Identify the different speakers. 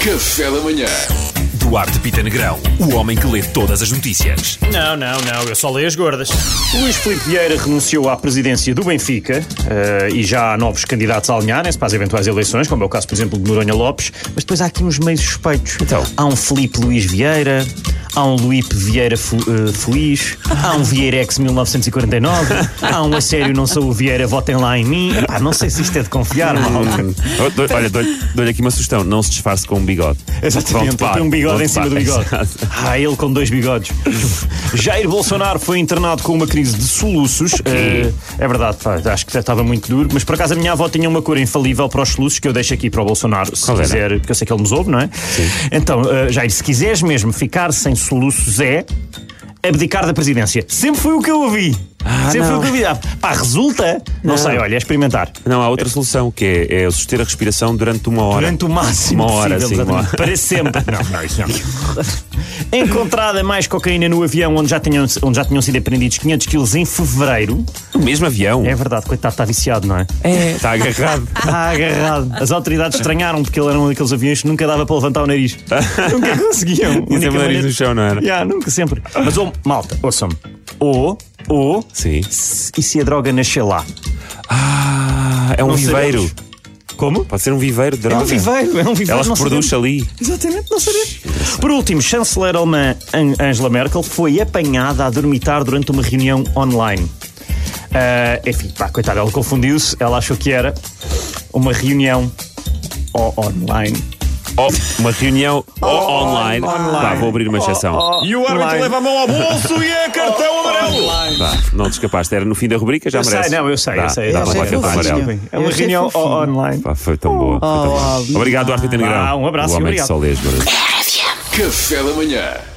Speaker 1: Café da Manhã.
Speaker 2: Duarte Pita Negrão, o homem que lê todas as notícias.
Speaker 3: Não, não, não, eu só leio as gordas.
Speaker 4: Luís Filipe Vieira renunciou à presidência do Benfica eh, e já há novos candidatos a alinharem-se para as eventuais eleições, como é o caso, por exemplo, de Noronha Lopes, mas depois há aqui uns meios suspeitos.
Speaker 2: Então?
Speaker 4: Há um Filipe Luís Vieira, há um Luípe Vieira Fu, eh, Feliz, há um Vieira Ex 1949, há um A Sério Não Sou o Vieira, Votem Lá em Mim. Epá, não sei se isto é de confiar, malta.
Speaker 2: Oh, dou- Olha, dou-lhe dou-lhe aqui uma sugestão: não se disfarce com um bigode.
Speaker 4: Exatamente,
Speaker 2: Vão-te
Speaker 4: ele
Speaker 2: par,
Speaker 4: tem um bigode
Speaker 2: vão-te
Speaker 4: em cima
Speaker 2: par.
Speaker 4: do bigode.
Speaker 2: Exato.
Speaker 4: Ah, ele com dois bigodes. Jair Bolsonaro foi internado com uma crise de soluços. Eh, é verdade, pá, acho que já estava muito duro, mas por acaso a minha avó tinha uma cura infalível para os soluços que eu deixo aqui para o Bolsonaro, se
Speaker 2: Qual era?
Speaker 4: quiser, porque eu sei que ele nos ouve, não é? Então, eh, Jair, se quiseres mesmo ficar sem soluços, é. Abdicar da presidência. Sempre foi o que eu ouvi. Sempre
Speaker 2: não.
Speaker 4: foi o que eu ouvi. Ah, Pá, resulta. Não, sei, olha, é experimentar.
Speaker 2: Não, há outra solução que é, é suster a respiração durante uma hora.
Speaker 4: Durante o máximo
Speaker 2: Uma hora,
Speaker 4: possível,
Speaker 2: sim,
Speaker 4: exatamente.
Speaker 2: uma hora.
Speaker 4: para sempre. Não, não, isso não. Encontrada mais cocaína no avião onde já tinham, onde já tinham sido apreendidos 500 quilos em fevereiro.
Speaker 2: O mesmo avião.
Speaker 4: É verdade, coitado, está viciado, não é?
Speaker 2: Está agarrado.
Speaker 4: Está agarrado. As autoridades estranharam porque ele era um daqueles aviões que nunca dava para levantar o nariz. nunca conseguiam.
Speaker 2: E
Speaker 4: Única
Speaker 2: sempre o nariz
Speaker 4: maneira- É.
Speaker 2: no chão, é não é? era?
Speaker 4: Yeah, nunca, sempre. Mas, oh, malta, ouçam-me. Ou, ou,
Speaker 2: Sim.
Speaker 4: se- e se a droga nascer lá?
Speaker 2: Ah, é um
Speaker 4: Não
Speaker 2: viveiro.
Speaker 4: sabemos. Como?
Speaker 2: Pode ser um viveiro de droga.
Speaker 4: É um viveiro, é um viveiro.
Speaker 2: Elas
Speaker 4: não
Speaker 2: reproduz
Speaker 4: sabemos.
Speaker 2: ali.
Speaker 4: Exatamente, não sabemos. Por último, chanceler alemã An- Angela Merkel foi apanhada a dormitar durante uma reunião online. Ah, enfim, pá, coitada, ela confundiu-se, ela achou que era uma reunião o- online.
Speaker 2: Oh, uma reunião oh, online. Pá, vou abrir uma exceção.
Speaker 4: Oh,
Speaker 3: E o árbitro
Speaker 4: Online.
Speaker 3: leva a mão ao bolso e é cartão amarelo.
Speaker 2: Vá, não te escapaste. Era no fim da rubrica, já
Speaker 4: Eu
Speaker 2: merece.
Speaker 4: sei, não, eu sei, eu
Speaker 2: Dá-
Speaker 4: sei.
Speaker 2: Dá
Speaker 4: eu
Speaker 2: para
Speaker 4: sei,
Speaker 2: lá cartão
Speaker 4: fofinho.
Speaker 2: amarelo.
Speaker 4: É uma
Speaker 5: Eu sei
Speaker 4: reunião o-
Speaker 5: fofinho.
Speaker 4: online.
Speaker 2: Pá, foi tão boa. foi tão boa.
Speaker 5: obrigado.
Speaker 2: Obrigado, Duarte Pita Negrão.
Speaker 4: Ah, um abraço,
Speaker 2: O homem que
Speaker 4: obrigado.
Speaker 2: só lê as barulhas.
Speaker 1: Café da Manhã.